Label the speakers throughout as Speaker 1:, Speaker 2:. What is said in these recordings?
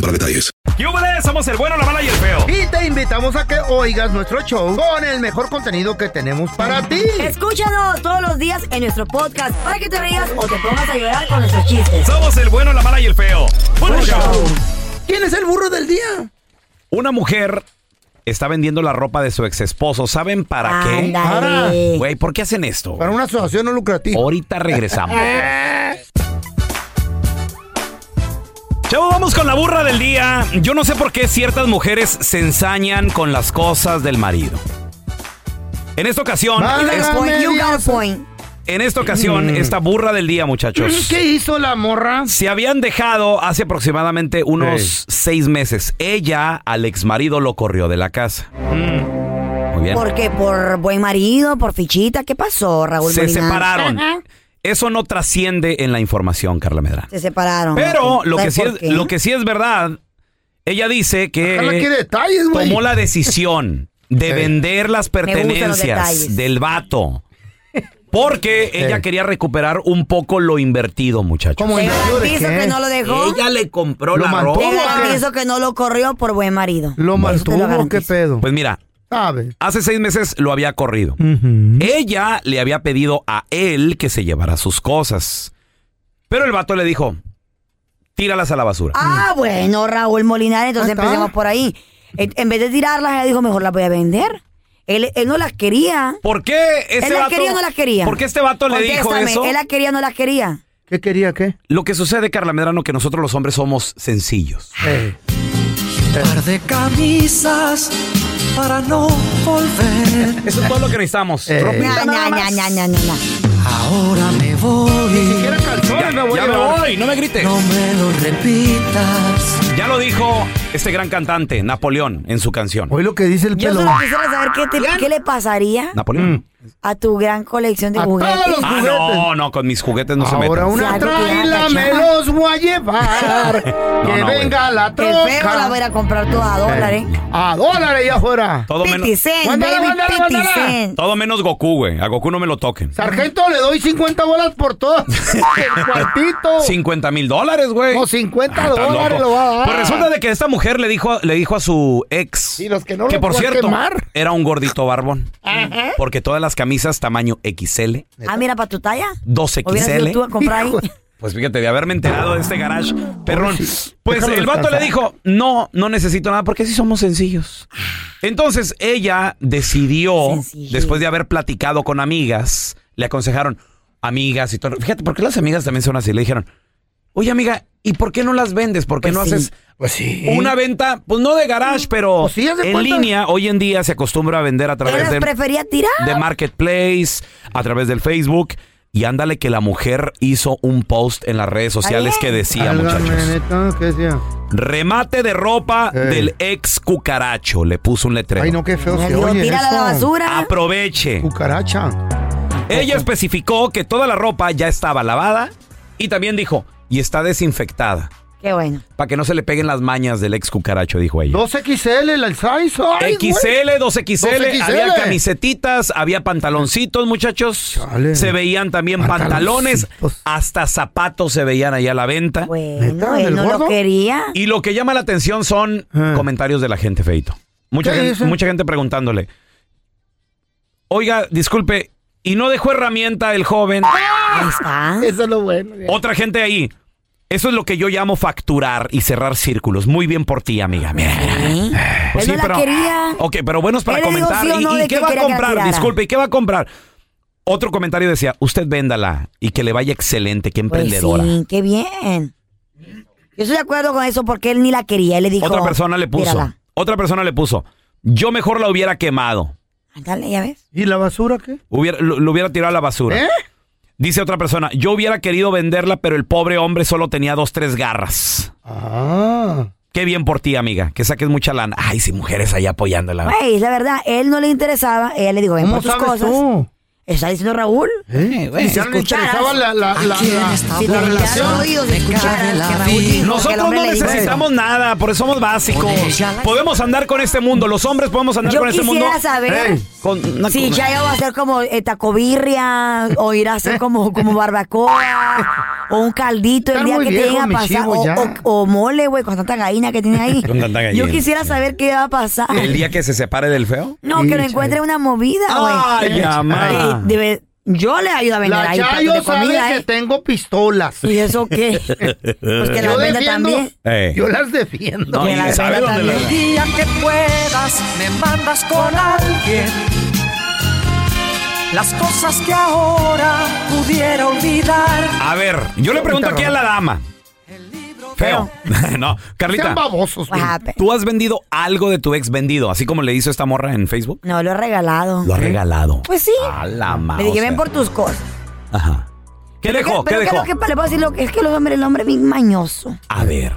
Speaker 1: para detalles.
Speaker 2: ¡Yúbales! Somos el bueno, la mala y el feo.
Speaker 3: Y te invitamos a que oigas nuestro show con el mejor contenido que tenemos para ti.
Speaker 4: Escúchanos todos los días en nuestro podcast para que te rías o te pongas a llorar con nuestros chistes.
Speaker 2: Somos el bueno, la mala y el feo. ¡Bueno show!
Speaker 3: ¿Quién es el burro del día?
Speaker 2: Una mujer está vendiendo la ropa de su ex esposo. ¿Saben para qué?
Speaker 4: Ándale.
Speaker 2: Güey, ¿por qué hacen esto?
Speaker 3: Para una asociación no lucrativa.
Speaker 2: Ahorita regresamos. Chavo, vamos con la burra del día. Yo no sé por qué ciertas mujeres se ensañan con las cosas del marido. En esta ocasión,
Speaker 3: Válgame Mm.
Speaker 2: es-
Speaker 4: Point, you got a point.
Speaker 2: en esta ocasión, esta burra del día, muchachos.
Speaker 3: ¿Qué hizo la morra?
Speaker 2: Se habían dejado hace
Speaker 3: Mm.
Speaker 2: aproximadamente unos
Speaker 3: Ey.
Speaker 2: seis meses. Ella al exmarido lo corrió de la casa.
Speaker 3: Mm.
Speaker 2: Muy bien.
Speaker 4: ¿Por qué? ¿Por buen marido? ¿Por fichita? ¿Qué pasó, Raúl
Speaker 2: Se
Speaker 4: Molina?
Speaker 2: separaron. Eso no trasciende en la información, Carla Medrano.
Speaker 4: Se separaron.
Speaker 2: Pero
Speaker 4: Ok.
Speaker 2: lo que,
Speaker 4: ¿Sabes
Speaker 2: sí
Speaker 4: por
Speaker 2: es,
Speaker 4: qué?
Speaker 2: lo que sí es verdad, ella dice que
Speaker 3: Ojalá,
Speaker 2: eh,
Speaker 3: ¿Qué detalles, güey?
Speaker 2: tomó la decisión de
Speaker 3: Sí.
Speaker 2: vender las
Speaker 4: gustan los
Speaker 2: pertenencias
Speaker 4: detalles.
Speaker 2: del vato. Porque ella
Speaker 3: Sí.
Speaker 2: quería recuperar un poco lo invertido, muchachos.
Speaker 3: ¿Cómo
Speaker 4: Te
Speaker 3: entendió de
Speaker 4: garantizo
Speaker 3: qué?
Speaker 4: que no lo dejó.
Speaker 2: Ella le compró
Speaker 3: Lo
Speaker 2: la
Speaker 3: mantuvo.
Speaker 2: ropa.
Speaker 4: Te
Speaker 3: ¿Cómo que?
Speaker 4: garantizo que no lo corrió por buen marido.
Speaker 3: Lo
Speaker 4: Eso te lo
Speaker 3: mantuvo, qué
Speaker 4: garantizo.
Speaker 3: pedo.
Speaker 2: Pues mira,
Speaker 3: ¿Sabe?
Speaker 2: hace seis meses lo había corrido. Ella le había pedido a él que se llevara sus cosas. Pero el vato le dijo, tíralas a la basura.
Speaker 3: Mm.
Speaker 4: Ah, bueno, Raúl Molinar, entonces
Speaker 3: Ah, está.
Speaker 4: empecemos por ahí. En en vez de tirarlas, ella dijo, mejor las voy a vender. Él, él no las quería.
Speaker 2: ¿Por qué este
Speaker 4: ¿Él las
Speaker 2: vato-
Speaker 4: quería o no las quería?
Speaker 2: ¿Por qué este vato le dijo
Speaker 4: Contéstame,
Speaker 2: eso?
Speaker 4: ¿Él las quería o no las quería?
Speaker 3: ¿Qué quería qué?
Speaker 2: Lo que sucede, Carla Medrano, que nosotros los hombres somos sencillos.
Speaker 3: Eh,
Speaker 5: par de camisas para no volver.
Speaker 2: Eso es todo lo que necesitamos.
Speaker 3: Eh.
Speaker 4: Ña,
Speaker 2: Ropita nada
Speaker 4: ña,
Speaker 2: más.
Speaker 4: ña, ña, ña, ña.
Speaker 5: Ahora me voy.
Speaker 3: Era calzón,
Speaker 2: Ya,
Speaker 3: me voy
Speaker 2: ya
Speaker 3: a
Speaker 2: me
Speaker 3: llevar.
Speaker 2: voy, no me grites.
Speaker 5: No me lo repitas.
Speaker 2: Ya lo dijo este gran cantante, Napoleón, en su canción.
Speaker 3: Oye lo que dice el
Speaker 4: Yo
Speaker 3: pelón.
Speaker 4: solo quisiera saber qué, te- qué le pasaría
Speaker 2: Napoleón.
Speaker 4: a tu gran colección de
Speaker 3: A todos
Speaker 4: juguetes.
Speaker 3: los-
Speaker 2: Ah, no, no, con mis juguetes no se meten.
Speaker 3: Ahora una
Speaker 4: Claro que ya,
Speaker 3: traila, me
Speaker 4: ya.
Speaker 3: los voy a llevar. que
Speaker 2: no, güey.
Speaker 3: venga la
Speaker 4: El perro la voy a ir
Speaker 3: troca.
Speaker 4: a comprar toda a dólar, ¿eh?
Speaker 3: A dólares allá afuera.
Speaker 2: Todo menos,
Speaker 4: Piticen,
Speaker 3: Guárdala,
Speaker 4: baby,
Speaker 3: guárdala, guárdala.
Speaker 4: piticen.
Speaker 2: todo menos Goku, güey. A Goku no me lo toquen.
Speaker 3: Sargento, le doy 50 bolas por todo. el cuartito.
Speaker 2: 50 mil dólares, güey.
Speaker 3: O 50
Speaker 2: Ah, estás
Speaker 3: dólares
Speaker 2: loco.
Speaker 3: lo va a dar.
Speaker 2: Pues resulta de que esta mujer le dijo, le dijo a su ex.
Speaker 3: Y los que no lo
Speaker 2: por
Speaker 3: puedo
Speaker 2: cierto,
Speaker 3: quemar.
Speaker 2: era un gordito barbón. Porque todas las camisas tamaño XL,
Speaker 4: Ah, mira, para tu talla. Hubieras ido
Speaker 2: 2XL.
Speaker 4: tú a comprar ahí.
Speaker 3: Hijo.
Speaker 2: Pues fíjate, de haberme enterado de este garage, perrón. Pues
Speaker 3: déjalo
Speaker 2: el vato
Speaker 3: descansar.
Speaker 2: le dijo, no, no necesito nada porque sí somos sencillos. Entonces ella decidió,
Speaker 4: Sencillo.
Speaker 2: después de haber platicado con amigas, le aconsejaron, amigas y todo. Fíjate, ¿por qué las amigas también son así? Le dijeron, oye amiga, ¿y por qué no las vendes? ¿Por qué
Speaker 4: Pues
Speaker 2: no
Speaker 4: sí.
Speaker 2: haces
Speaker 3: Pues sí.
Speaker 2: una venta, pues no de garage, pero
Speaker 3: Pues sí, haz de
Speaker 2: en
Speaker 3: cuenta.
Speaker 2: línea hoy en día se acostumbra a vender a
Speaker 4: Él
Speaker 2: través
Speaker 4: las
Speaker 2: de
Speaker 4: prefería tirar.
Speaker 2: de Marketplace, a través del Facebook. Y ándale que la mujer hizo un post en las redes sociales
Speaker 4: Está
Speaker 2: que
Speaker 4: bien.
Speaker 2: decía,
Speaker 3: Válgame,
Speaker 2: muchachos,
Speaker 3: neta, ¿qué decía?
Speaker 2: remate de ropa
Speaker 3: Ey.
Speaker 2: del ex cucaracho. Le puso un letrero.
Speaker 3: Ay, no, qué feo
Speaker 4: Le
Speaker 3: se
Speaker 4: digo,
Speaker 3: oye
Speaker 4: tírala a la
Speaker 3: eso.
Speaker 4: basura.
Speaker 2: Aproveche.
Speaker 3: Cucaracha.
Speaker 2: Ella especificó que toda la ropa ya estaba lavada y también dijo, y está desinfectada.
Speaker 4: Qué bueno.
Speaker 2: Para que no se le peguen las mañas del ex cucaracho, dijo ella.
Speaker 3: 2XL, el size. Ay, güey.
Speaker 2: XL, 2XL,
Speaker 3: 2XL.
Speaker 2: había camisetitas, había pantaloncitos, muchachos. Se veveían también pantalones, hasta zapatos se veían ahí a la venta.
Speaker 4: Bueno, él no lo quería.
Speaker 2: Y lo que llama la atención son comentarios de la gente, Feito. Mucha,
Speaker 3: Ah. ¿Qué
Speaker 2: gente,
Speaker 3: dicen?
Speaker 2: mucha gente preguntándole. Oiga, disculpe, ¿y no dejó herramienta el joven?
Speaker 4: Ahí está.
Speaker 3: Eso es lo bueno.
Speaker 2: Otra gente ahí. Eso es lo que yo llamo facturar y cerrar círculos. Muy bien por ti, amiga. Mira, mira, mira.
Speaker 4: ¿Eh?
Speaker 2: Pues
Speaker 4: Él no la quería.
Speaker 2: Ok, pero bueno, es para
Speaker 4: Él le dijo
Speaker 2: comentar.
Speaker 4: sí o
Speaker 2: ¿Y,
Speaker 4: no
Speaker 2: y
Speaker 4: de
Speaker 2: qué
Speaker 4: que
Speaker 2: va a
Speaker 4: quería que la
Speaker 2: comprar?
Speaker 4: tirara.
Speaker 2: Disculpe, ¿y qué va a comprar? Otro comentario decía, usted véndala y que le vaya excelente, que
Speaker 4: Pues
Speaker 2: emprendedora.
Speaker 4: sí, qué bien. Yo estoy de acuerdo con eso porque él ni la quería. Él le dijo.
Speaker 2: Otra persona le puso.
Speaker 4: "Tírala".
Speaker 2: Otra persona le puso. Yo mejor la hubiera quemado.
Speaker 4: Ándale, ya ves.
Speaker 3: ¿Y la basura qué?
Speaker 2: Hubiera, lo, lo hubiera tirado a la basura.
Speaker 3: ¿Eh?
Speaker 2: Dice otra persona, yo hubiera querido venderla, pero el pobre hombre solo tenía dos, tres garras.
Speaker 3: Ah.
Speaker 2: Qué bien por ti, amiga, que saques mucha lana. Ay, sí, mujeres ahí apoyándola.
Speaker 4: Güey, Pues, la verdad, él no le interesaba. Ella le dijo, ven
Speaker 3: Ah. ¿Cómo
Speaker 4: por tus
Speaker 3: sabes
Speaker 4: cosas.
Speaker 3: tú?
Speaker 4: Está diciendo Raúl.
Speaker 3: ¿Eh?
Speaker 4: güey,
Speaker 3: Si ya no le
Speaker 4: escucharas.
Speaker 3: interesaba la, la, la, la-
Speaker 4: Si te
Speaker 3: la
Speaker 4: limpiaras los
Speaker 3: relación.
Speaker 4: oídos,
Speaker 5: me
Speaker 4: escucharas
Speaker 5: cae la
Speaker 4: que Raúl
Speaker 5: vida.
Speaker 4: dijo, que
Speaker 2: Nosotros
Speaker 4: el
Speaker 2: no
Speaker 4: hombre le dijo.
Speaker 2: necesitamos nada, porque somos básicos. Podemos andar con este mundo, los hombres podemos andar
Speaker 4: Yo
Speaker 2: con este mundo.
Speaker 4: quisiera saber
Speaker 2: Ey, con una-
Speaker 4: si
Speaker 2: con-
Speaker 4: Chayo va a hacer como eh, tacobirria o ir a
Speaker 3: ¿Eh?
Speaker 4: hacer como, como barbacoa o un caldito el
Speaker 3: Están
Speaker 4: día
Speaker 3: muy
Speaker 4: que te
Speaker 3: viejos
Speaker 4: lleguen a
Speaker 3: mis
Speaker 4: pasar
Speaker 3: chivos
Speaker 4: o,
Speaker 3: ya.
Speaker 4: o- o mole, güey, con tanta gallina que tiene ahí.
Speaker 2: Con tanta gallina,
Speaker 4: Yo quisiera
Speaker 2: sí.
Speaker 4: saber qué va a pasar.
Speaker 2: El día que se separe del feo.
Speaker 4: No, que no encuentre una movida, güey.
Speaker 2: Ay, mamá.
Speaker 4: Eh, debe- yo le ayudo a vender
Speaker 3: La
Speaker 4: ahí pa-
Speaker 3: Chayo
Speaker 4: de comida,
Speaker 3: sabe que
Speaker 4: ¿eh?
Speaker 3: tengo pistolas.
Speaker 4: ¿Y eso qué? Pues que la
Speaker 3: Yo
Speaker 4: venda
Speaker 3: defiendo.
Speaker 4: también.
Speaker 2: Ey.
Speaker 3: Yo las defiendo.
Speaker 2: No,
Speaker 4: que
Speaker 2: y
Speaker 4: la
Speaker 2: Eh. sabe
Speaker 4: venda
Speaker 2: dónde la-
Speaker 4: también.
Speaker 5: El día que puedas, me mandas con alguien. Las cosas que ahora pudiera olvidar.
Speaker 2: A ver, yo le pregunto aquí a la dama. Feo. no, Carlita.
Speaker 3: Sean babosos. güey.
Speaker 4: What happened?
Speaker 2: ¿Tú has vendido algo de tu ex vendido? Así como le hizo esta morra en Facebook.
Speaker 4: No, lo he regalado.
Speaker 2: Lo ha regalado.
Speaker 4: Pues sí.
Speaker 2: A la madre.
Speaker 4: Le dije, ven por tus cosas.
Speaker 2: Ajá. ¿Qué dejó? ¿Qué
Speaker 4: Pero
Speaker 2: dejó?
Speaker 4: es lo que le puedo decir lo que es que los hombres, el hombre es bien mañoso.
Speaker 2: A ver.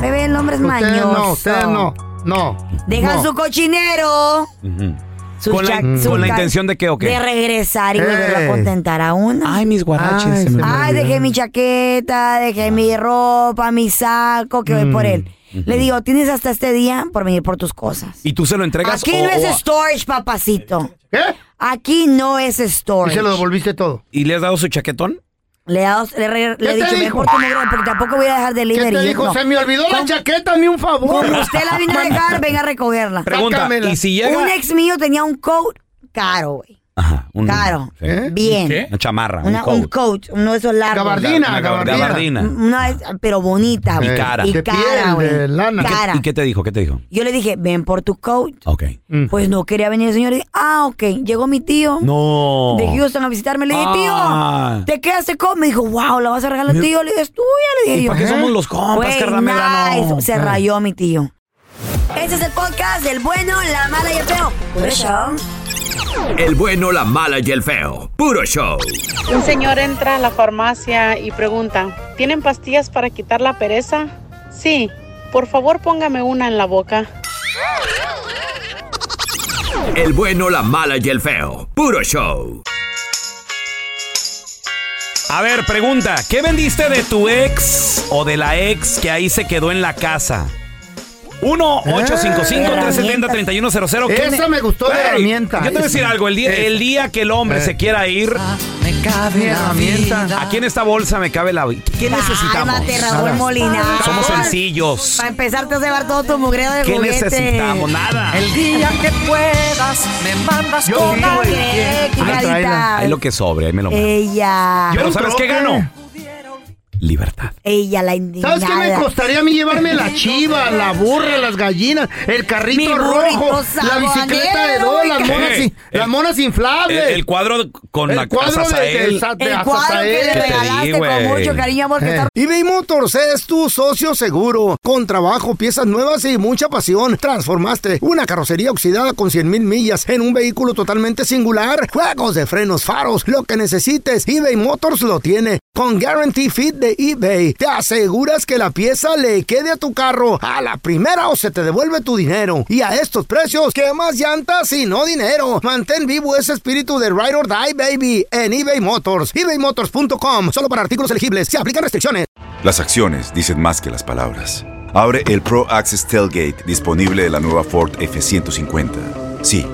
Speaker 4: Bebé, el hombre es
Speaker 3: Ustedes
Speaker 4: mañoso.
Speaker 3: no, ustedes no. No.
Speaker 4: Dejan
Speaker 3: no.
Speaker 4: su cochinero.
Speaker 2: Ujú.
Speaker 4: su
Speaker 2: ¿Con la-
Speaker 4: cha- su
Speaker 2: con la
Speaker 4: ca-
Speaker 2: intención de qué o qué?
Speaker 4: De regresar y
Speaker 3: Eh.
Speaker 4: volver a contentar a uno. Ay,
Speaker 2: mis guaraches.
Speaker 3: Ay, se me-
Speaker 4: dejé mi chaqueta, dejé
Speaker 2: Ah.
Speaker 4: mi ropa, mi saco, que
Speaker 2: Mm.
Speaker 4: voy por él. Le digo, tienes hasta este día por venir por tus cosas.
Speaker 2: ¿Y tú se lo entregas?
Speaker 4: Aquí
Speaker 2: o-
Speaker 4: no
Speaker 2: o-
Speaker 4: es storage, papacito.
Speaker 3: ¿Qué?
Speaker 4: Aquí no es
Speaker 3: Y
Speaker 4: storage.
Speaker 3: se lo devolviste todo.
Speaker 2: ¿Y le has dado su chaquetón?
Speaker 4: Le he, dado- le he re- le he
Speaker 3: ¿Qué te
Speaker 4: dicho, ven
Speaker 3: dijo?
Speaker 4: por tu negro, porque tampoco voy a dejar
Speaker 3: ¿Qué
Speaker 4: delivery.
Speaker 3: te
Speaker 4: Yo
Speaker 3: dijo?
Speaker 4: no.
Speaker 3: Se me olvidó la
Speaker 4: Como-
Speaker 3: chaqueta, ni un favor.
Speaker 4: Como usted la vino a dejar, venga a recogerla.
Speaker 2: Pregunta,
Speaker 3: Sácamela.
Speaker 2: ¿y si llega...?
Speaker 4: Un ex mío tenía un coat caro, güey.
Speaker 2: Ajá, un-
Speaker 4: Caro.
Speaker 2: sí.
Speaker 3: ¿Eh?
Speaker 4: Bien.
Speaker 2: Una chamarra,
Speaker 4: Una-
Speaker 2: Ah, un
Speaker 4: un,
Speaker 2: coat.
Speaker 4: coat, uno de esos largos.
Speaker 3: Gabardina,
Speaker 2: Una gabardina.
Speaker 3: gabardina.
Speaker 4: Una vez, pero bonita, güey.
Speaker 3: Eh,
Speaker 2: cara.
Speaker 4: Y
Speaker 3: de
Speaker 4: cara,
Speaker 3: piel, de
Speaker 4: güey.
Speaker 3: lana.
Speaker 4: Cara.
Speaker 2: ¿Y qué te dijo? ¿Qué te dijo?
Speaker 4: Yo le dije, ven por tu coat.
Speaker 2: Ok.
Speaker 3: Mm.
Speaker 4: Pues no quería venir el señor. Y dije, ah, ok. Llegó mi tío.
Speaker 2: No.
Speaker 4: De Houston a visitarme. Le dije,
Speaker 2: Ah.
Speaker 4: tío, ¿te quedas con? Me dijo, wow, la vas a regalar, tío. Le dije, es tuya. Le dije,
Speaker 2: ¿Y
Speaker 4: yo,
Speaker 2: para qué
Speaker 4: "Eh".
Speaker 2: somos los compas,
Speaker 4: Güey,
Speaker 2: Carmela?
Speaker 4: nice.
Speaker 2: No. Eh.
Speaker 4: Se rayó mi tío. Ese es el podcast del bueno, la mala y el feo. Por eso.
Speaker 6: El bueno, la mala y el feo. Puro show.
Speaker 7: Un señor entra a la farmacia y pregunta, ¿tienen pastillas para quitar la pereza? Sí, por favor póngame una en la boca.
Speaker 6: El bueno, la mala y el feo. Puro show.
Speaker 2: A ver, pregunta. ¿Qué vendiste de tu ex o de la ex que ahí se quedó en la casa? 1-855-370-3100. ¿Qué
Speaker 3: Ah, Esa
Speaker 2: ne-
Speaker 3: me gustó de
Speaker 2: Ey,
Speaker 3: herramienta.
Speaker 2: Yo te voy a decir algo. El día, el día que el hombre
Speaker 3: Eh.
Speaker 2: se quiera ir,
Speaker 5: Me cabe la
Speaker 3: herramienta.
Speaker 5: vida.
Speaker 2: aquí en esta bolsa me cabe la... ¿Qué necesitamos?
Speaker 4: Cálmate, Raúl Molina.
Speaker 2: Somos sencillos.
Speaker 4: Para empezarte a llevar todo tu mugreo de
Speaker 2: ¿Qué
Speaker 4: juguete.
Speaker 2: necesitamos? Nada.
Speaker 5: El día que puedas, me mandas
Speaker 3: Yo
Speaker 5: con
Speaker 3: sí, güey.
Speaker 5: alguien.
Speaker 4: Eh,
Speaker 3: Ahí tráela.
Speaker 4: Clarita.
Speaker 2: Ah, Ahí lo que sobre, ahí me lo
Speaker 4: Eh,
Speaker 2: mando.
Speaker 4: Ella.
Speaker 2: Pero
Speaker 3: un
Speaker 2: ¿sabes qué
Speaker 3: troque.
Speaker 2: gano? Libertad.
Speaker 4: Ella, la indignada.
Speaker 3: ¿Sabes qué me costaría a mí llevarme la chiva, la burra, las gallinas, el
Speaker 4: Mi
Speaker 3: carrito
Speaker 4: burrito
Speaker 3: rojo, la
Speaker 4: sabanero,
Speaker 3: bicicleta de dos, las
Speaker 2: güey.
Speaker 3: monas, in-
Speaker 2: Eh,
Speaker 3: las
Speaker 2: el-
Speaker 3: monas
Speaker 2: El,
Speaker 3: inflables?
Speaker 2: el cuadro con
Speaker 3: El
Speaker 2: la
Speaker 3: cuadro de, de,
Speaker 2: Azazael.
Speaker 3: Sa- de
Speaker 4: El cuadro que le
Speaker 3: Azazael.
Speaker 2: te di,
Speaker 4: regalaste
Speaker 2: güey?
Speaker 4: con mucho cariño, amor, que
Speaker 3: Eh.
Speaker 4: está
Speaker 8: eBay Motors es tu socio seguro. Con trabajo, piezas nuevas y mucha pasión, transformaste una carrocería oxidada con 100 mil millas en un vehículo totalmente singular. Juegos de frenos, faros, lo que necesites, eBay Motors lo tiene. Con Guarantee Fit de eBay, te aseguras que la pieza le quede a tu carro a la primera o se te devuelve tu dinero. Y a estos precios, ¿qué más llantas y no dinero? Mantén vivo ese espíritu de Ride or Die, baby, en eBay Motors. ebaymotors.com, solo para artículos elegibles, se aplican restricciones.
Speaker 9: Las acciones dicen más que las palabras. Abre el Pro Access Tailgate disponible de la nueva Ford F-150. Sí,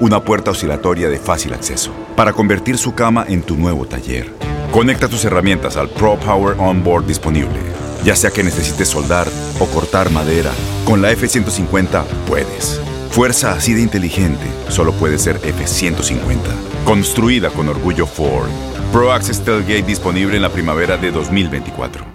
Speaker 9: una puerta oscilatoria de fácil acceso para convertir su cama en tu nuevo taller. Conecta tus herramientas al Pro Power Onboard disponible. Ya sea que necesites soldar o cortar madera, con la F-150 puedes. Fuerza así de inteligente solo puede ser F-150. Construida con orgullo Ford. Pro Access Tailgate disponible en la primavera de 2024.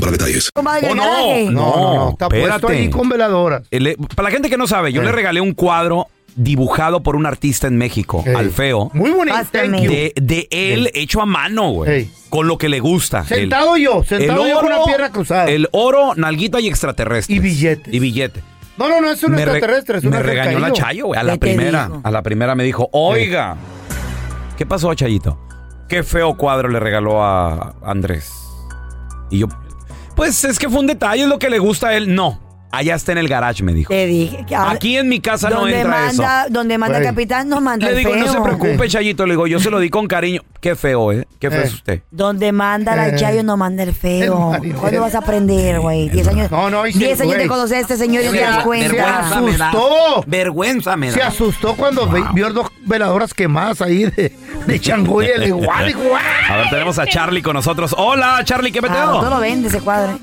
Speaker 1: para detalles.
Speaker 4: Comadre,
Speaker 2: ¡Oh,
Speaker 4: garaje.
Speaker 2: no!
Speaker 3: No, no, no. Está puesto
Speaker 2: espérate.
Speaker 3: ahí con veladoras.
Speaker 2: Eh, le- para la gente que no sabe,
Speaker 3: Eh.
Speaker 2: yo le regalé un cuadro dibujado por un artista en México,
Speaker 3: Ey.
Speaker 2: al feo,
Speaker 3: Muy bonito.
Speaker 4: Pásame.
Speaker 3: thank you.
Speaker 2: de, de él hecho a mano, güey.
Speaker 3: Ey.
Speaker 2: Con lo que le gusta. El-
Speaker 3: Sentado yo, sentado yo con una pierna cruzada.
Speaker 2: El oro, nalguita y extraterrestre.
Speaker 3: Y billetes.
Speaker 2: Y billete.
Speaker 3: No, no, no, es un
Speaker 2: me re-
Speaker 3: extraterrestre. Es un
Speaker 2: me regañó la
Speaker 3: caído.
Speaker 2: Chayo, güey. A la
Speaker 4: ¿Qué te
Speaker 2: primera.
Speaker 4: dijo?
Speaker 2: A la primera me dijo, oiga. ¿Qué pasó, Chayito? Qué feo cuadro le regaló a Andrés. Y yo, pues es que fue un detalle, es lo que le gusta a él. No, allá está en el garage, me dijo.
Speaker 4: Te dije. que ahora-
Speaker 2: Aquí en mi casa no
Speaker 4: donde
Speaker 2: entra eso.
Speaker 4: manda, Donde manda
Speaker 3: Güey.
Speaker 4: capitán, no manda
Speaker 2: Le
Speaker 4: el
Speaker 2: digo, no se
Speaker 4: feo.
Speaker 2: preocupe, Chayito. Le digo, yo se lo di con cariño. Qué feo, ¿eh? Qué feo
Speaker 3: Eh.
Speaker 2: es usted.
Speaker 4: Donde manda
Speaker 3: Eh.
Speaker 4: la Chayo no manda el feo.
Speaker 3: El marinero.
Speaker 4: ¿Cuándo vas a aprender, güey? Diez años.
Speaker 3: No, no, y sí,
Speaker 4: Diez años
Speaker 3: güey.
Speaker 4: de conocer a este señor y te das
Speaker 3: Se
Speaker 10: Ah,
Speaker 4: cuenta.
Speaker 3: asustó.
Speaker 2: Vergüenza me
Speaker 3: Se asustó cuando ve- vio dos veladoras quemadas ahí de, de Chango y el igual. dijo, "Ah".
Speaker 2: A ver, tenemos a Charlie con nosotros. Hola, Charlie, ¿qué
Speaker 4: Ah,
Speaker 2: meteo?
Speaker 4: no lo vende ese cuadro. ¿eh?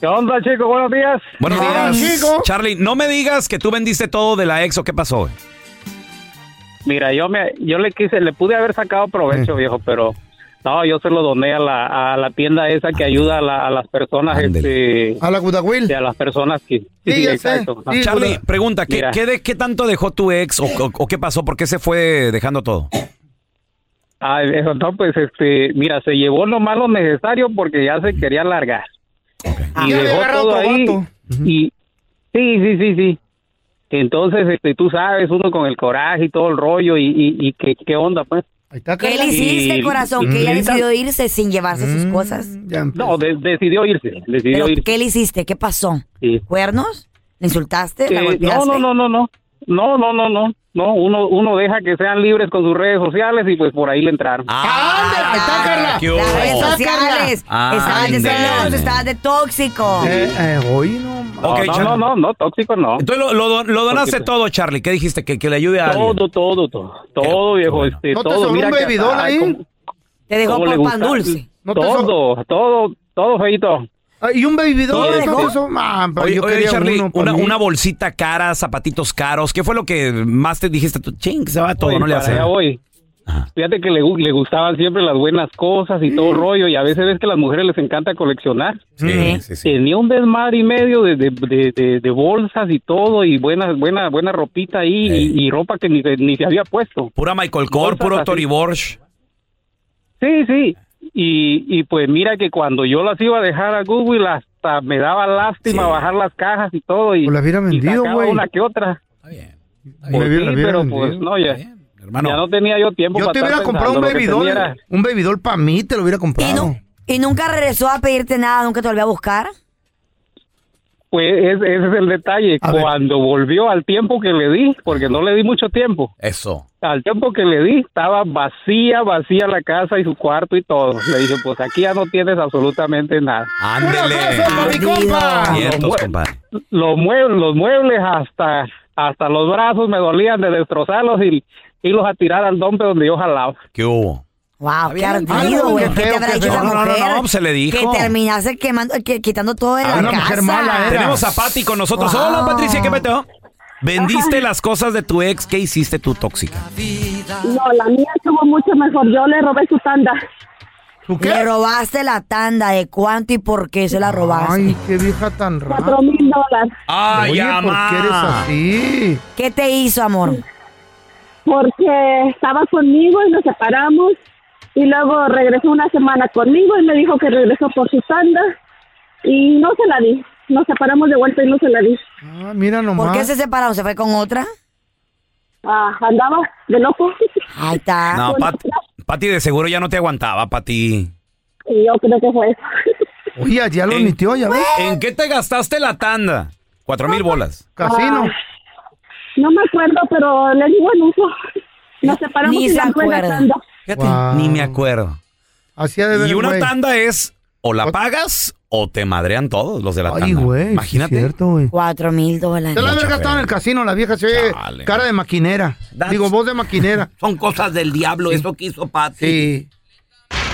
Speaker 11: ¿Qué onda, chicos? Buenos días.
Speaker 2: Buenos
Speaker 3: Ah,
Speaker 2: días.
Speaker 3: chico.
Speaker 2: Charlie, no me digas que tú vendiste todo de la ex o qué pasó.
Speaker 11: Mira, yo me, yo le quise, le pude haber sacado provecho,
Speaker 2: Mm.
Speaker 11: viejo, pero no, yo se lo doné a la, a la tienda esa que ayuda a, la- a las personas,
Speaker 2: Ándele.
Speaker 11: este,
Speaker 3: A la Gudawill.
Speaker 11: sí, a las personas que.
Speaker 3: Sí, ya
Speaker 11: exacto.
Speaker 3: sé. Sí,
Speaker 2: Charlie,
Speaker 3: bueno.
Speaker 2: pregunta, ¿qué,
Speaker 11: Mira.
Speaker 2: qué, de- qué tanto dejó tu ex o, o- o qué pasó? ¿Por qué se fue dejando todo?
Speaker 11: Ah, eso, no, pues, este, mira, se llevó nomás lo necesario porque ya se quería largar. Y
Speaker 3: Ya había
Speaker 11: dejó
Speaker 3: agarrado
Speaker 11: todo
Speaker 3: otro
Speaker 11: ahí.
Speaker 3: vato.
Speaker 11: Y sí, sí, sí, sí. Entonces, este, tú sabes, uno con el coraje y todo el rollo y, y, y qué, qué onda, pues.
Speaker 3: Ahí está,
Speaker 4: ¿Qué
Speaker 3: Carla.
Speaker 4: le hiciste,
Speaker 11: Y-
Speaker 4: corazón? Que ella
Speaker 11: Linda.
Speaker 4: decidió irse sin llevarse
Speaker 3: Mm.
Speaker 4: sus cosas.
Speaker 3: Ya empezó.
Speaker 11: No, de- decidió irse, decidió
Speaker 4: Pero,
Speaker 11: irse.
Speaker 4: ¿Qué le hiciste? ¿Qué pasó?
Speaker 11: Sí.
Speaker 4: ¿Cuernos? ¿Le insultaste? ¿La
Speaker 11: Eh,
Speaker 4: golpeaste?
Speaker 11: no, no, no, no, no. No, no, no, no. No, uno, uno deja que sean libres con sus redes sociales y pues por ahí le entraron.
Speaker 3: Ah, Ándale, ahí está, Carla.
Speaker 2: ¿qué hubo?
Speaker 4: Las redes
Speaker 3: Sácala.
Speaker 4: sociales.
Speaker 2: Ah,
Speaker 4: Estabas de
Speaker 2: ándale.
Speaker 4: celoso, estabas de tóxico.
Speaker 3: Eh, eh, hoy no. ma-
Speaker 2: Ok,
Speaker 11: no,
Speaker 2: Charlie.
Speaker 11: no, no, no, no, tóxico no.
Speaker 2: Entonces lo, lo don- lo donaste
Speaker 11: Porque-
Speaker 2: todo, Charlie. ¿Qué dijiste? ¿Que, que le ayude a alguien?
Speaker 11: Todo, todo, todo. Todo,
Speaker 2: Qué
Speaker 11: viejo,
Speaker 2: bueno.
Speaker 11: este,
Speaker 3: ¿No te
Speaker 11: todo.
Speaker 3: sobró
Speaker 11: Mira
Speaker 3: un
Speaker 11: que
Speaker 3: baby doll
Speaker 11: hasta-
Speaker 3: ahí?
Speaker 11: cómo-
Speaker 4: Te dejó
Speaker 11: cómo
Speaker 4: por
Speaker 11: le
Speaker 4: pan
Speaker 11: gusta.
Speaker 4: dulce.
Speaker 3: ¿No te
Speaker 11: todo, todo, todo feito.
Speaker 3: Ah, ¿Y un baby doll?
Speaker 2: Todo
Speaker 3: ¿Eso
Speaker 2: dejó.
Speaker 3: que hizo? Ma, pero
Speaker 2: Oye,
Speaker 3: yo
Speaker 2: oye,
Speaker 3: quería
Speaker 2: Charlie,
Speaker 3: uno para
Speaker 2: una,
Speaker 3: mí.
Speaker 2: una bolsita cara, zapatitos caros. ¿Qué fue lo que más te dijiste tú? Ching, se va todo,
Speaker 11: Oye,
Speaker 2: no le
Speaker 11: para
Speaker 2: hace.
Speaker 11: allá voy.
Speaker 2: Ajá.
Speaker 11: Fíjate que le, gu- le gustaban siempre las buenas cosas y todo rollo, y a veces ves que a las mujeres les encanta coleccionar.
Speaker 2: Sí, sí, sí.
Speaker 11: Tenía un desmadre y medio de, de, de- de- de bolsas y todo, y buena, buena, buena ropita ahí,
Speaker 2: Ey.
Speaker 11: y, y ropa que ni, se- ni se había puesto.
Speaker 2: Pura Michael Kors,
Speaker 11: Bolsas
Speaker 2: puro
Speaker 11: así.
Speaker 2: Tory Borch.
Speaker 11: Sí, sí. Y, y pues mira que cuando yo las iba a dejar a Google, hasta me daba lástima
Speaker 2: Sí.
Speaker 11: bajar las cajas y todo, y,
Speaker 3: Pues las hubiera
Speaker 11: y
Speaker 3: vendido,
Speaker 11: sacaba
Speaker 3: güey.
Speaker 11: una que otra.
Speaker 2: Está bien, está
Speaker 11: Pues
Speaker 3: Me hubiera-
Speaker 11: sí,
Speaker 3: la hubiera
Speaker 11: pero
Speaker 3: vendido.
Speaker 11: pues no, ya,
Speaker 2: está bien, hermano.
Speaker 11: ya no tenía yo tiempo
Speaker 3: Yo
Speaker 11: para
Speaker 3: te
Speaker 11: estar
Speaker 3: hubiera comprado un
Speaker 11: pensando lo que
Speaker 3: baby doll.
Speaker 11: tenía era-
Speaker 3: Un baby doll para mí te lo hubiera
Speaker 4: ¿Y,
Speaker 3: comprado.
Speaker 4: nu- y nunca regresó a pedirte nada, nunca te volvió a buscar.
Speaker 11: Pues ese, ese es el detalle.
Speaker 3: A ver.
Speaker 11: Cuando volvió al tiempo que le di, porque no le di mucho tiempo,
Speaker 2: Eso.
Speaker 11: al tiempo que le di estaba vacía, vacía la casa y su cuarto y todo. Le dije, pues aquí ya no tienes absolutamente nada.
Speaker 2: Ándele.
Speaker 3: ¡Para mi compa!
Speaker 2: Vientos,
Speaker 11: Bueno.
Speaker 2: compadre.
Speaker 11: Los muebles, los muebles hasta, hasta los brazos me dolían de destrozarlos y irlos a tirar al dompe donde yo jalaba.
Speaker 2: ¿Qué hubo?
Speaker 4: Wow, qué
Speaker 2: bien.
Speaker 3: Ah, no,
Speaker 4: ardido, güey.
Speaker 3: qué
Speaker 4: ¿Qué te
Speaker 3: feo,
Speaker 4: habrá
Speaker 3: qué
Speaker 4: hecho
Speaker 3: feo.
Speaker 4: esa
Speaker 2: No, no, no,
Speaker 4: mujer?
Speaker 2: no, pues, se le dijo.
Speaker 4: Que terminase quemando, que- quitando todo de
Speaker 3: Ah,
Speaker 4: la
Speaker 3: una
Speaker 4: casa.
Speaker 3: mujer mala era.
Speaker 2: Tenemos a Pati con nosotros.
Speaker 4: Wow.
Speaker 2: Hola, Patricia, ¿qué meteo? Vendiste las cosas de tu ex. ¿Qué hiciste tú, tóxica?
Speaker 12: No, la mía estuvo mucho mejor. Yo le robé su tanda.
Speaker 3: ¿Tú
Speaker 4: Le
Speaker 3: qué?
Speaker 4: robaste la tanda de cuánto y por qué se la robaste.
Speaker 3: Ay, qué vieja tan rara.
Speaker 12: Cuatro mil dólares.
Speaker 2: ¡Ay,
Speaker 3: Oye, ¿por qué eres
Speaker 2: ama!
Speaker 3: así?
Speaker 4: ¿Qué te hizo, amor?
Speaker 12: Porque estaba conmigo y nos separamos. y luego regresó una semana conmigo y me dijo que regresó por su tanda y no se la di. Nos separamos de vuelta y no se la di.
Speaker 3: Ah, mira nomás.
Speaker 10: ¿Por qué se separaron? ¿Se fue con otra?
Speaker 12: Ah, andaba de loco. Pues,
Speaker 10: Ahí
Speaker 4: Ah,
Speaker 10: está.
Speaker 13: No, Pat- Pati de seguro ya no te aguantaba, Pati.
Speaker 12: Y yo creo que fue eso.
Speaker 3: Oye, ya lo nitió, ya ves.
Speaker 13: ¿En qué te gastaste la tanda? Cuatro mil bolas.
Speaker 12: Ah, no me acuerdo, pero le digo en uso. Nos separamos
Speaker 10: Ni
Speaker 12: y
Speaker 10: se
Speaker 12: la fue la
Speaker 10: acuerda.
Speaker 12: tanda.
Speaker 13: Fíjate, ni me acuerdo.
Speaker 3: ver
Speaker 13: y
Speaker 3: el
Speaker 13: una
Speaker 3: güey.
Speaker 13: tanda es o la pagas o te madrean todos los de la tanda. Imagínate.
Speaker 10: Cuatro mil dólares.
Speaker 3: Se la haber gastado en el casino, la vieja se ve cara de maquinera. Digo, voz de maquinera.
Speaker 13: Son cosas del diablo, eso que hizo Pati.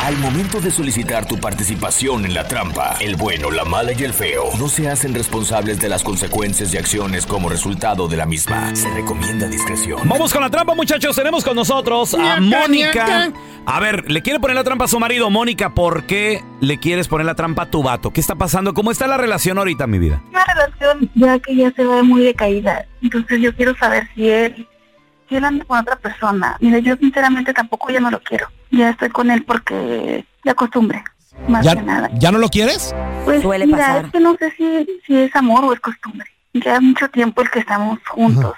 Speaker 6: Al momento de solicitar tu participación en la trampa, el bueno, la mala y el feo no se hacen responsables de las consecuencias y acciones como resultado de la misma. Se recomienda discreción.
Speaker 13: Vamos con la trampa, muchachos. Tenemos con nosotros a
Speaker 6: Ñaca,
Speaker 13: Mónica.
Speaker 6: ñaca.
Speaker 13: A ver, le quiere poner la trampa a su marido, Mónica. ¿Por qué le quieres poner la trampa a tu vato? ¿Qué está pasando? ¿Cómo está la relación ahorita, mi vida?
Speaker 14: una relación ya que ya se ve muy decaída. Entonces yo quiero saber si él, si él anda con otra persona. Mira, yo sinceramente tampoco ya no lo quiero. Ya estoy con él porque la costumbre, más que nada.
Speaker 2: ¿Ya no lo quieres?
Speaker 14: Pues
Speaker 2: Suele
Speaker 14: mira,
Speaker 2: pasar.
Speaker 14: es que no sé si, si es amor o es costumbre. Ya mucho tiempo el que estamos juntos.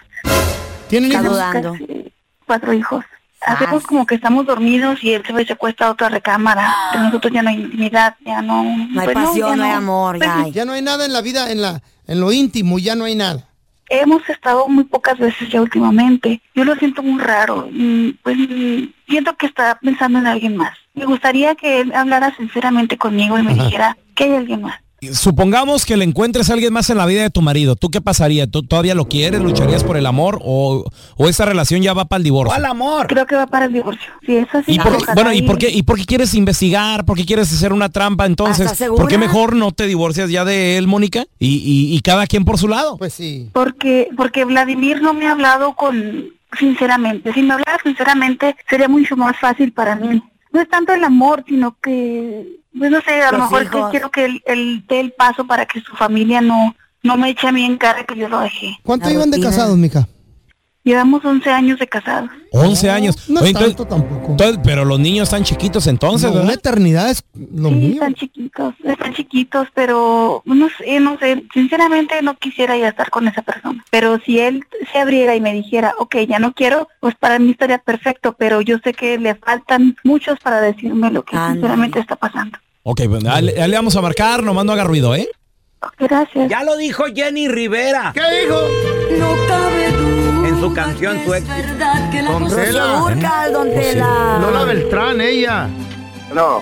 Speaker 2: ¿Tienen
Speaker 10: Está hijos? dudando. Ah.
Speaker 14: Cuatro hijos. Hacemos
Speaker 10: Sas.
Speaker 14: como que estamos dormidos y él se va y se acuesta a otra recámara. Pero nosotros ya no hay intimidad, ya no...
Speaker 10: No hay
Speaker 14: pues
Speaker 10: pasión,
Speaker 14: ya Pues
Speaker 10: no hay amor, ya hay.
Speaker 2: Pues Ya no hay nada en la vida, en la en lo íntimo, ya no hay nada.
Speaker 14: Hemos estado muy pocas veces ya últimamente. Yo lo siento muy raro. Mm, Pues mm, siento que está pensando en alguien más. Me gustaría que él hablara sinceramente conmigo y me
Speaker 2: Ajá.
Speaker 14: dijera que hay alguien más.
Speaker 2: Supongamos que le encuentres a alguien más en la vida de tu marido. ¿Tú qué pasaría? ¿Tú todavía lo quieres? ¿Lucharías por el amor? ¿O, o esta relación ya va para el divorcio?
Speaker 13: amor?
Speaker 14: Creo que va para el divorcio. Si es así, pues,
Speaker 2: ¿Y por-
Speaker 14: ojalá
Speaker 2: bueno, ¿y por, qué, ¿y por qué quieres investigar? ¿Por qué quieres hacer una trampa entonces?
Speaker 14: ¿Estás segura?
Speaker 2: ¿Por qué mejor no te divorcias ya de él, Mónica? Y, y- y cada quien por su lado.
Speaker 3: Pues sí.
Speaker 14: Porque, porque Vladimir no me ha hablado con sinceramente. Si me hablara sinceramente, sería mucho más fácil para mí. No es tanto el amor, sino que, pues no sé, a lo
Speaker 10: Los
Speaker 14: mejor que
Speaker 10: hijos.
Speaker 14: quiero que él, él dé el paso para que su familia no, no me eche a mí en cara que yo lo dejé.
Speaker 2: ¿Cuánto iban de casados, Mica?
Speaker 14: Llevamos 11 años de casados.
Speaker 2: 11 años.
Speaker 14: no es
Speaker 2: tanto tampoco. pero los niños están chiquitos entonces, ¿verdad? Una eternidad es lo
Speaker 14: Sí, están chiquitos, están chiquitos, pero no sé, no sé, sinceramente no quisiera ya estar con esa persona. Pero si él se abriera y me dijera, ok, ya no quiero, pues para mí estaría perfecto, pero yo sé que le faltan muchos para decirme lo que sinceramente está pasando.
Speaker 2: Ok, pues ya le, ya le vamos a marcar, nomás no haga ruido, ¿eh?
Speaker 14: Gracias.
Speaker 13: Ya lo dijo Jenny Rivera.
Speaker 3: ¿Qué dijo?
Speaker 10: No cabe duda.
Speaker 13: En su canción, su ex.
Speaker 10: verdad que
Speaker 3: Don Tela.
Speaker 10: Urcal,
Speaker 2: Oh,
Speaker 10: don Tela.
Speaker 3: Lola Beltrán, ella.
Speaker 2: No.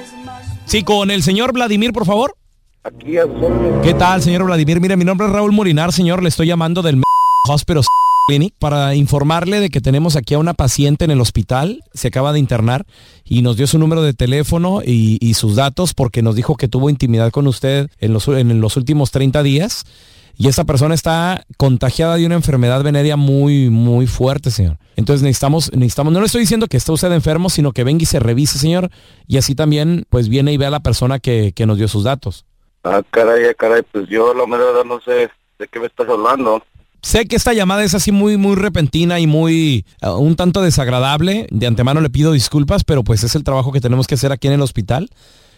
Speaker 2: Sí, con el señor Vladimir, por favor. ¿Qué tal, señor Vladimir? Mire, mi nombre es Raúl Molinar, señor. Le estoy llamando del Hospital Clinic para informarle de que tenemos aquí a una paciente en el hospital. Se acaba de internar y nos dio su número de teléfono y, y sus datos porque nos dijo que tuvo intimidad con usted en los, en los últimos 30 días. Y esta persona está contagiada de una enfermedad venérea muy, muy fuerte, señor. Entonces necesitamos, necesitamos, no le estoy diciendo que está usted enfermo, sino que venga y se revise, señor. Y así también, pues viene y ve a la persona que, que nos dio sus datos.
Speaker 15: Ah, caray, ah, caray, pues yo la mera verdad no sé de qué me estás hablando.
Speaker 2: Sé que esta llamada es así muy, muy repentina y muy, eh, un tanto desagradable. De antemano le pido disculpas, pero pues es el trabajo que tenemos que hacer aquí en el hospital.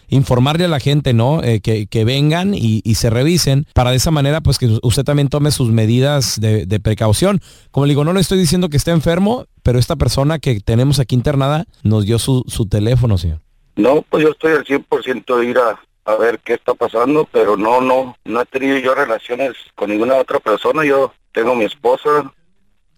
Speaker 2: Informarle a la gente, ¿no? Eh, que, que vengan y, y se revisen para de esa manera, pues que usted también tome sus medidas de, de precaución. Como le digo, no le estoy diciendo que esté enfermo, pero esta persona que tenemos aquí internada nos dio su, su teléfono, señor.
Speaker 15: No, pues yo estoy al 100% de ir a, a ver qué está pasando, pero no, no, no he tenido yo relaciones con ninguna otra persona. Yo tengo mi esposa,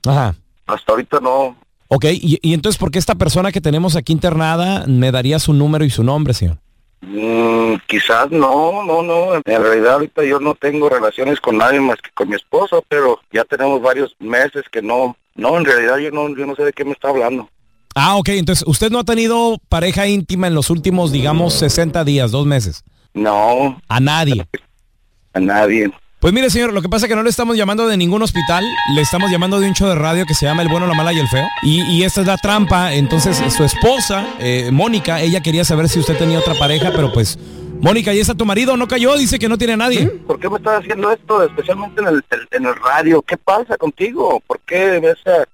Speaker 2: Ajá.
Speaker 15: hasta ahorita no.
Speaker 2: Ok, y, y entonces, ¿por qué esta persona que tenemos aquí internada me daría su número y su nombre, señor?
Speaker 15: Mm, quizás no, no, no. En realidad ahorita yo no tengo relaciones con nadie más que con mi esposa, pero ya tenemos varios meses que no. No, en realidad yo no, yo no sé de qué me está hablando.
Speaker 2: Ah, ok, entonces usted no ha tenido pareja íntima en los últimos, digamos, 60 días, dos meses.
Speaker 15: No.
Speaker 2: A nadie.
Speaker 15: A nadie.
Speaker 2: Pues mire, señor, lo que pasa es que no le estamos llamando de ningún hospital, le estamos llamando de un show de radio que se llama El Bueno, la Mala y el Feo. Y, y esta es la trampa, entonces su esposa, eh, Mónica, ella quería saber si usted tenía otra pareja, pero pues, Mónica, ¿y está tu marido? ¿No cayó? Dice que no tiene a nadie.
Speaker 15: ¿Por qué me estás haciendo esto, especialmente en el, en el radio? ¿Qué pasa contigo? ¿Por qué esa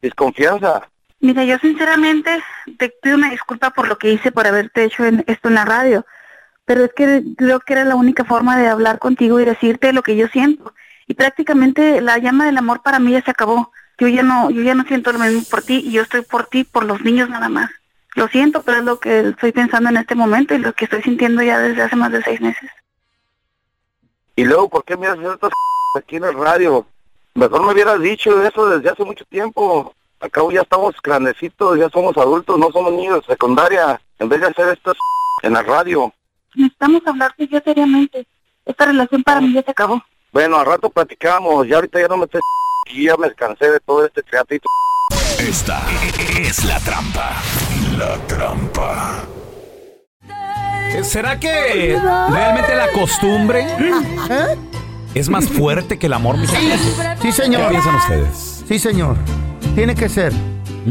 Speaker 15: desconfianza?
Speaker 14: Mira, yo sinceramente te pido una disculpa por lo que hice por haberte hecho en- esto en la radio, pero es que creo que era la única forma de hablar contigo y decirte lo que yo siento. Y prácticamente la llama del amor para mí ya se acabó. Yo ya no, yo ya no siento lo mismo por ti y yo estoy por ti, por los niños nada más. Lo siento, pero es lo que estoy pensando en este momento y lo que estoy sintiendo ya desde hace más de seis meses.
Speaker 15: Y luego, ¿por qué me haces estas aquí en el radio? Mejor me hubieras dicho eso desde hace mucho tiempo. Acabo ya estamos grandecitos, ya somos adultos, no somos niños de secundaria. En vez de hacer estas en la radio.
Speaker 14: Necesitamos hablarte ya seriamente. Esta relación para mí ya se acabó.
Speaker 15: Bueno, al rato platicamos, ya ahorita ya no me estés y ya me cansé de todo este teatrito.
Speaker 6: Esta es la trampa. La trampa.
Speaker 2: ¿Será que realmente la costumbre es más fuerte que el amor, mis amigos?
Speaker 3: ¿Eh? Sí, señor.
Speaker 2: ¿Qué piensan ustedes? ¿Mm?
Speaker 3: Sí, señor. Tiene que ser.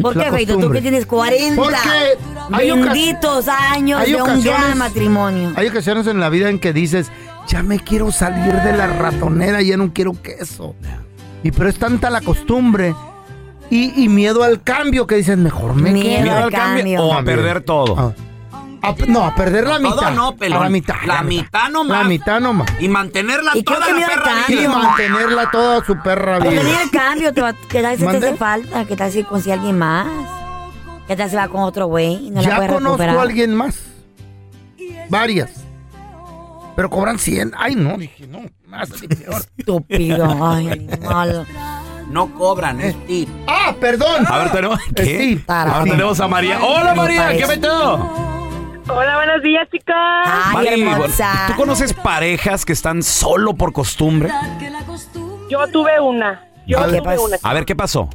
Speaker 4: ¿Por
Speaker 3: La
Speaker 4: qué, Feito? Tú
Speaker 3: costumbre.
Speaker 4: que tienes 40
Speaker 3: Porque hay ocas-
Speaker 4: benditos años
Speaker 3: hay
Speaker 4: de un gran
Speaker 3: ocasiones-
Speaker 4: matrimonio.
Speaker 3: Hay ocasiones en la vida en que dices, ya me quiero salir de la ratonera, ya no quiero queso. Y pero es tanta la costumbre y, y miedo al cambio que dices, mejor me quedo.
Speaker 2: Miedo al cambio o a perder
Speaker 3: Ah.
Speaker 2: todo.
Speaker 3: A- no, a perder la
Speaker 2: No, todo
Speaker 3: mitad.
Speaker 2: no, pelón.
Speaker 3: A la mitad.
Speaker 2: La mitad nomás.
Speaker 3: La mitad nomás.
Speaker 2: Y mantenerla
Speaker 4: Y creo toda que la miedo al perra vida. cambio.
Speaker 3: Y mantenerla toda su perra
Speaker 4: Pero
Speaker 3: vida.
Speaker 4: tenía el cambio, te va, ¿qué tal si te
Speaker 3: ¿Mande?
Speaker 4: hace falta? ¿Qué tal si consigue alguien más? ¿Qué tal si va con otro güey? y No la
Speaker 3: ya
Speaker 4: puede
Speaker 3: conozco
Speaker 4: recuperar?
Speaker 3: a alguien más. Varias. Pero cobran 100. Ay, no, dije, no. Más ni peor.
Speaker 4: Estúpido. Ay, animal.
Speaker 2: No cobran, es tip.
Speaker 3: Ah, perdón.
Speaker 2: A ver, tenemos, ¿qué?
Speaker 3: Sí, para
Speaker 2: Ahora
Speaker 3: ti.
Speaker 2: tenemos a María. ¡Hola,
Speaker 3: Me
Speaker 2: María! ¿Qué
Speaker 3: parece.
Speaker 2: metido?
Speaker 16: Hola, buenos días, chicas.
Speaker 2: Mari, ¿tú conoces parejas que están solo por costumbre?
Speaker 16: Yo tuve una. Yo
Speaker 2: a,
Speaker 16: tuve
Speaker 2: ver,
Speaker 16: una.
Speaker 2: a ver, ¿qué pasó?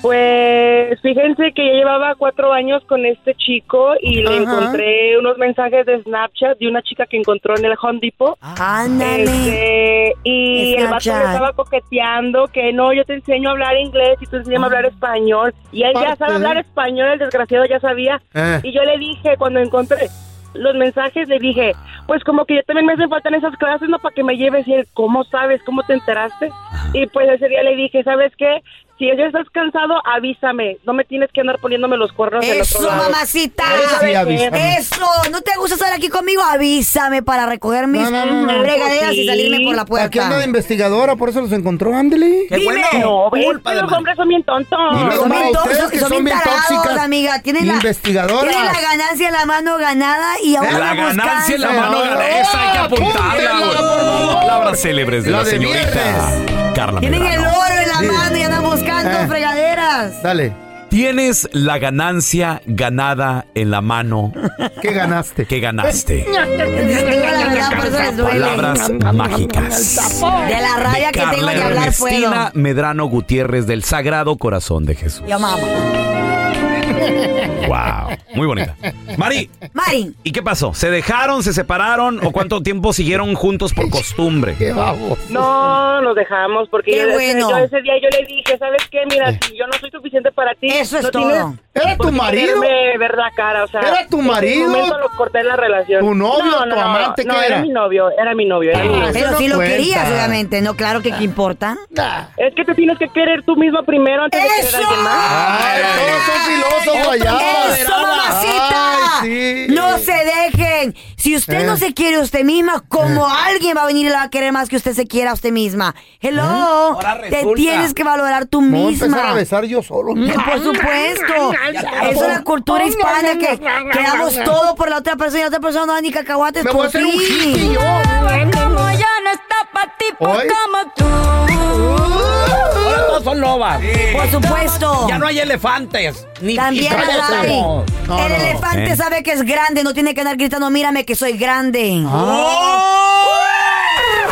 Speaker 16: Pues fíjense que yo llevaba cuatro años con este chico y le
Speaker 4: Ajá.
Speaker 16: encontré unos mensajes de Snapchat de una chica que encontró en el Home Depot.
Speaker 4: Ándale.
Speaker 16: Este, y el vato
Speaker 4: Snapchat.
Speaker 16: le estaba coqueteando que no, yo te enseño a hablar inglés y tú enseñas a hablar español. Y él ya
Speaker 17: Aparte,
Speaker 16: sabe hablar
Speaker 17: ¿eh?
Speaker 16: español, el desgraciado ya sabía.
Speaker 17: Eh.
Speaker 16: Y yo le dije cuando encontré los mensajes, le dije, pues como que yo también me hacen falta en esas clases, ¿no? Para que me lleves. Y él, ¿cómo sabes? ¿Cómo te enteraste? Y pues ese día le dije, ¿sabes qué? Si ya estás cansado, avísame. No me tienes que andar poniéndome los cuernos del otro
Speaker 4: Eso,
Speaker 16: lado".
Speaker 4: mamacita.
Speaker 16: Ahí sabe que-
Speaker 4: Eso. ¿No te gusta estar aquí conmigo? Avísame para recoger mis regaderas y salirme por la
Speaker 3: ¿Para qué anda de
Speaker 4: puerta.
Speaker 3: investigadora? Por eso los encontró, Ándele.
Speaker 4: Qué Dime. bueno.
Speaker 16: No, ves, que los hombres son bien tontos.
Speaker 3: Dime Son cómo bien a Ah, ustedes tontos, que son son bien bien tarados, tóxicas.
Speaker 4: amiga. Tienen la-
Speaker 3: investigadoras.
Speaker 4: Tiene la ganancia en la mano ganada y ahora
Speaker 2: La ganancia en la
Speaker 4: buscando.
Speaker 2: mano ganada. Esa hay que apuntarla, güey. Palabras célebres de
Speaker 3: La
Speaker 2: la
Speaker 3: de
Speaker 2: señorita Carla
Speaker 4: Tienen el
Speaker 2: Medrano.
Speaker 4: oro en la
Speaker 3: Sí.
Speaker 4: mano y andan buscando
Speaker 3: Eh.
Speaker 4: fregaderas.
Speaker 3: Dale.
Speaker 2: Tienes la ganancia ganada en la mano.
Speaker 3: ¿Qué ganaste?
Speaker 2: ¿Qué ganaste?
Speaker 4: Les digo la verdad, por eso les duele.
Speaker 2: Palabras mágicas.
Speaker 4: De la rabia que tengo de hablar puedo.
Speaker 2: Ernestina Medrano Gutiérrez del Sagrado Corazón de Jesús.
Speaker 4: Yo mamo.
Speaker 2: Wow, muy bonita. Mari,
Speaker 4: Mari.
Speaker 2: ¿y qué pasó? ¿Se dejaron, se separaron o cuánto tiempo siguieron juntos por costumbre?
Speaker 3: Qué babo.
Speaker 16: No, nos dejamos porque
Speaker 4: Qué
Speaker 16: yo,
Speaker 4: bueno.
Speaker 16: yo ese día yo le dije, ¿sabes qué? Mira, si yo no soy suficiente para ti.
Speaker 4: Eso es
Speaker 16: no
Speaker 4: todo.
Speaker 16: tienes
Speaker 3: ¿Era
Speaker 16: por
Speaker 3: tu
Speaker 16: qué
Speaker 3: marido?
Speaker 16: quererme ver la cara, o sea.
Speaker 3: ¿Era tu
Speaker 16: en ese
Speaker 3: marido?
Speaker 16: momento lo corté la relación.
Speaker 3: ¿Tu novio,
Speaker 16: No,
Speaker 3: tu
Speaker 16: no, no,
Speaker 3: amante,
Speaker 16: no,
Speaker 3: qué era? Ah,
Speaker 16: mi novio, era mi novio, era mi novio.
Speaker 4: Pero si lo
Speaker 3: cuenta.
Speaker 4: querías, obviamente, ¿no? Claro que qué importa.
Speaker 16: Es que te tienes que querer tú mismo primero antes de querer a alguien más.
Speaker 3: Ay, todos son filósofos allá.
Speaker 4: ¡Eso, mamacita!
Speaker 3: Ay, sí.
Speaker 4: No se dejen. Si usted
Speaker 3: Eh.
Speaker 4: no se quiere usted misma, como
Speaker 16: Eh.
Speaker 4: alguien va a venir y la va a querer más que usted se quiera a usted misma. Hello. Te
Speaker 3: resulta.
Speaker 4: tienes que valorar tú
Speaker 3: Me voy a empezar a
Speaker 4: misma.
Speaker 3: besar yo solo.
Speaker 4: Por supuesto.
Speaker 3: Ya,
Speaker 4: Es
Speaker 3: ya,
Speaker 4: una
Speaker 3: ya.
Speaker 4: cultura hispana que que damos
Speaker 3: ya.
Speaker 4: todo por la otra persona y la otra persona no da ni cacahuates
Speaker 3: Me voy
Speaker 4: por
Speaker 3: a hacer un
Speaker 4: ti.
Speaker 3: hippie yo.
Speaker 4: Como yo no está pa' tipos como tú.
Speaker 2: Ahora todos son lobas.
Speaker 4: Por supuesto.
Speaker 2: Ya no hay elefantes. Ni
Speaker 4: También
Speaker 2: ni
Speaker 4: las hay.
Speaker 2: No, no.
Speaker 4: el elefante
Speaker 2: Eh.
Speaker 4: sabe que es grande, no tiene que andar gritando, mírame que soy grande.
Speaker 3: Ah.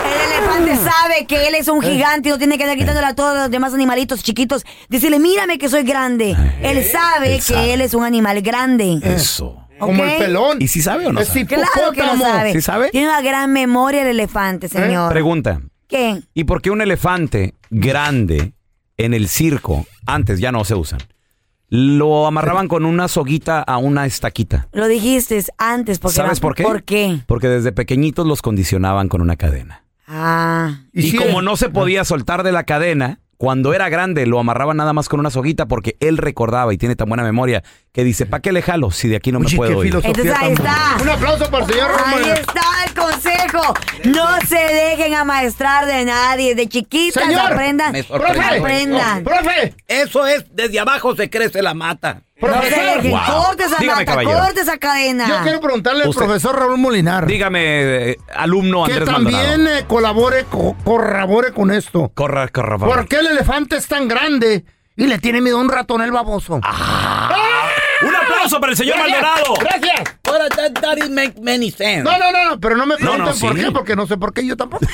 Speaker 4: El elefante sabe que él es
Speaker 2: Eh.
Speaker 4: un gigante y no tiene que andar gritándole a todos los demás animalitos chiquitos. Decirle, mírame que soy grande. Él sabe que él es un animal grande.
Speaker 2: Eh. Eso.
Speaker 3: Como
Speaker 4: Ok.
Speaker 3: el pelón.
Speaker 2: ¿Y si sabe o no
Speaker 3: Es
Speaker 2: sabe?
Speaker 4: Claro que lo
Speaker 3: hipopótamo. ¿Eh?
Speaker 4: sabe.
Speaker 2: ¿Sí sabe?
Speaker 4: Tiene una gran memoria el elefante, señor.
Speaker 2: Pregunta.
Speaker 4: ¿Qué?
Speaker 2: ¿Y por qué un elefante grande en el circo, antes ya no se usan, lo amarraban con una soguita a una estaquita?
Speaker 4: Lo dijiste antes. Porque
Speaker 2: ¿Sabes
Speaker 4: no-
Speaker 2: por qué?
Speaker 4: ¿Por qué?
Speaker 2: Porque desde pequeñitos los condicionaban con una cadena.
Speaker 4: Ah.
Speaker 2: Y, como no se podía soltar de la cadena, Cuando era grande lo amarraba nada más con una soguita porque él recordaba y tiene tan buena memoria que dice, ¿para qué le jalo si de aquí no me puedo ir?
Speaker 4: Entonces ahí está.
Speaker 8: Un aplauso para el señor
Speaker 4: Ahí
Speaker 8: Romero.
Speaker 4: está el consejo. No se dejen amaestrar de nadie. De chiquitas
Speaker 17: Señor,
Speaker 4: aprendan.
Speaker 17: me sorprendió eso.
Speaker 4: aprendan.
Speaker 17: Eso es, desde abajo se crece la mata.
Speaker 4: No se dejen.
Speaker 2: Wow.
Speaker 4: Corte esa
Speaker 2: Dígame,
Speaker 4: mata,
Speaker 2: caballero.
Speaker 4: corte esa cadena.
Speaker 3: Yo quiero preguntarle al
Speaker 2: Usted-
Speaker 3: profesor Raúl Molinar
Speaker 2: Dígame, eh, alumno
Speaker 3: que
Speaker 2: Andrés
Speaker 3: también
Speaker 2: Maldonado.
Speaker 3: eh, colabore, co- corrobore con esto.
Speaker 2: Corra, corra, corra.
Speaker 3: ¿Por qué el elefante es tan grande y le tiene miedo a un ratonel baboso?
Speaker 2: Ah. ¡Un aplauso para el señor
Speaker 3: Gracias,
Speaker 2: Maldonado!
Speaker 3: ¡Gracias!
Speaker 17: Ahora, that, that is make many sense.
Speaker 3: No, no, no, no, pero no me
Speaker 2: No, no,
Speaker 3: pregunten por
Speaker 2: sí.
Speaker 3: qué, porque no sé por qué yo tampoco.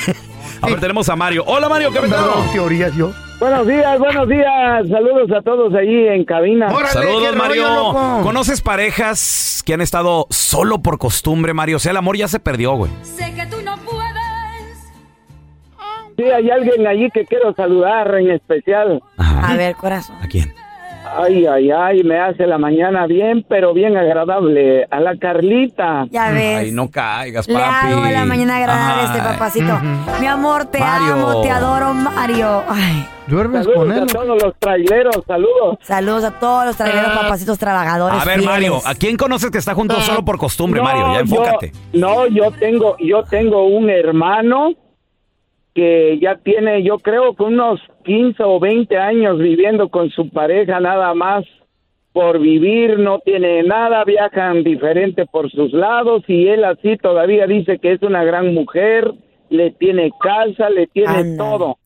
Speaker 2: A ver, tenemos a Mario. Hola, Mario, ¿qué
Speaker 3: Perdón,
Speaker 2: tal?
Speaker 3: teorías yo.
Speaker 18: Buenos días, buenos días. Saludos a todos ahí en cabina.
Speaker 2: Saludos, Mario. ¿Conoces parejas que han estado solo por costumbre, Mario? O sea, el amor ya se perdió, güey.
Speaker 19: Sé que tú no puedes.
Speaker 18: Sí, hay alguien allí que quiero saludar en especial.
Speaker 4: A ver, corazón.
Speaker 18: Ay, ay, ay, me hace la mañana bien, pero bien agradable. A la Carlita.
Speaker 4: Ya ves. Ay,
Speaker 2: no caigas,
Speaker 4: Le hago la mañana
Speaker 2: Ah.
Speaker 4: agradable a este papacito. Mi amor, te
Speaker 18: Mario.
Speaker 4: amo, te adoro, Mario. Ay.
Speaker 3: ¿Duermes
Speaker 18: Saludos a todos los traileros, saludos.
Speaker 4: Saludos a todos los traileros, papacitos trabajadores.
Speaker 2: A ver,
Speaker 4: fieles.
Speaker 2: Mario, ¿a quién conoces que está junto solo por costumbre, Mario? Ya
Speaker 18: yo-
Speaker 2: enfócate.
Speaker 18: no, yo tengo, yo tengo un hermano que ya tiene, yo creo que unos 15 o 20 años viviendo con su pareja nada más por vivir, no tiene nada, viajan diferente por sus lados y él así todavía dice que es una gran mujer, le tiene casa, le tiene todo,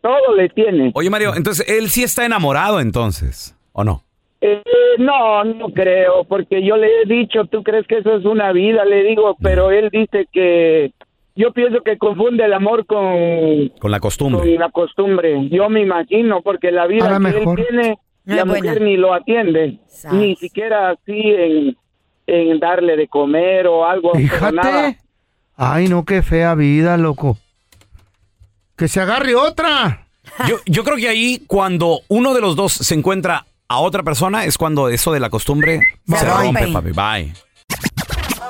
Speaker 18: todo le tiene.
Speaker 2: Oye, Mario, entonces él sí está enamorado, entonces, ¿o no?
Speaker 18: Eh, no, no creo, porque yo le he dicho, tú crees que eso es una vida, le digo, pero él dice que yo pienso que confunde el amor con,
Speaker 2: Con la
Speaker 18: con
Speaker 2: costumbre.
Speaker 18: la costumbre. Yo me imagino, porque la vida que él tiene,
Speaker 2: No
Speaker 18: la
Speaker 2: es buena.
Speaker 18: mujer ni lo atiende,
Speaker 2: Sas.
Speaker 18: ni siquiera así en, en darle de comer o algo. pero
Speaker 3: Fíjate.
Speaker 18: nada.
Speaker 3: Ay, no, qué fea vida, loco. Que se agarre otra.
Speaker 2: Yo, yo creo que ahí cuando uno de los dos se encuentra a otra persona es cuando eso de la costumbre se rompe, papi. Bye.